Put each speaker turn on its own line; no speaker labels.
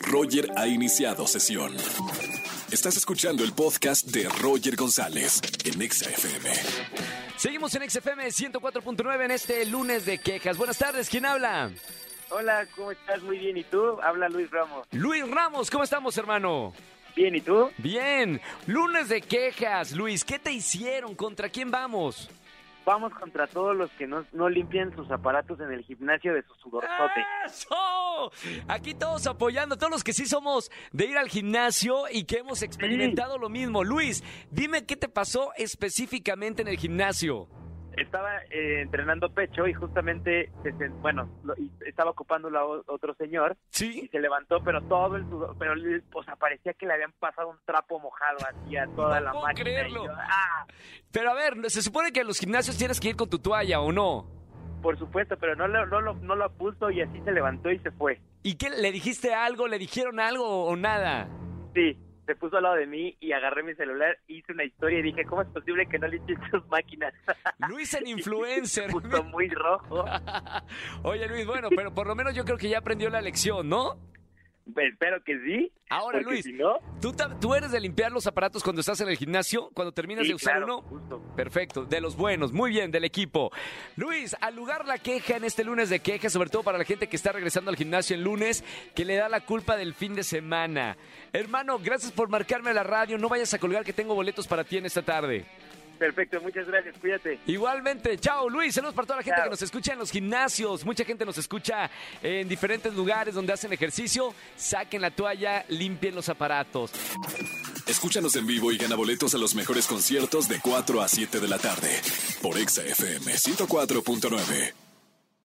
Roger ha iniciado sesión. Estás escuchando el podcast de Roger González en Exa FM.
Seguimos en XFM 104.9 en este lunes de quejas. Buenas tardes, ¿quién habla?
Hola, ¿cómo estás? Muy bien, ¿y tú? Habla Luis Ramos.
Luis Ramos, ¿cómo estamos, hermano?
Bien, ¿y tú?
Bien, lunes de quejas, Luis, ¿qué te hicieron? ¿Contra quién vamos?
Vamos contra todos los que no, no limpian sus aparatos en el gimnasio de su sudorzote.
Ah. ¡Eso! Aquí todos apoyando, todos los que sí somos de ir al gimnasio y que hemos experimentado lo mismo. Luis, dime qué te pasó específicamente en el gimnasio.
Estaba eh, entrenando pecho y justamente, se sen- bueno, lo- y estaba ocupando la o- otro señor y
¿Sí?
se levantó, pero todo el sudor, pero el- o sea, parecía que le habían pasado un trapo mojado así a toda
No
la
puedo
máquina. y
creerlo.
yo, ¡ah!
Pero a ver, se supone que a los gimnasios tienes que ir con tu toalla, ¿o no?
Por supuesto, pero no lo, no, lo, no lo puso y así se levantó y se fue.
¿Y qué? ¿Le dijiste algo? ¿Le dijeron algo o nada?
Sí, se puso al lado de mí y agarré mi celular, hice una historia y dije, ¿cómo es posible que no le hiciste sus máquinas?
Luis el
Se
influencer.
puso muy rojo.
Oye Luis, bueno, pero por lo menos yo creo que ya aprendió la lección, ¿no?
Pues, Espero que sí.
Ahora,
porque
Luis,
si no,
¿tú, ta- tú eres de limpiar los aparatos cuando estás en el gimnasio, cuando terminas
sí,
de usar
claro,
uno.
justo.
Perfecto, de los buenos, muy bien, del equipo. Luis, al lugar la queja en este lunes de queja, sobre todo para la gente que está regresando al gimnasio el lunes, que le da la culpa del fin de semana. Hermano, gracias por marcarme a la radio, no vayas a colgar que tengo boletos para ti en esta tarde.
Perfecto, muchas gracias, cuídate.
Igualmente, chao Luis, saludos para toda la gente
Chao.
que nos escucha en los gimnasios, mucha gente nos escucha en diferentes lugares donde hacen ejercicio, saquen la toalla, limpien los aparatos.
Escúchanos en vivo y gana boletos a los mejores conciertos de 4 a 7 de la tarde por Exa FM 104.9.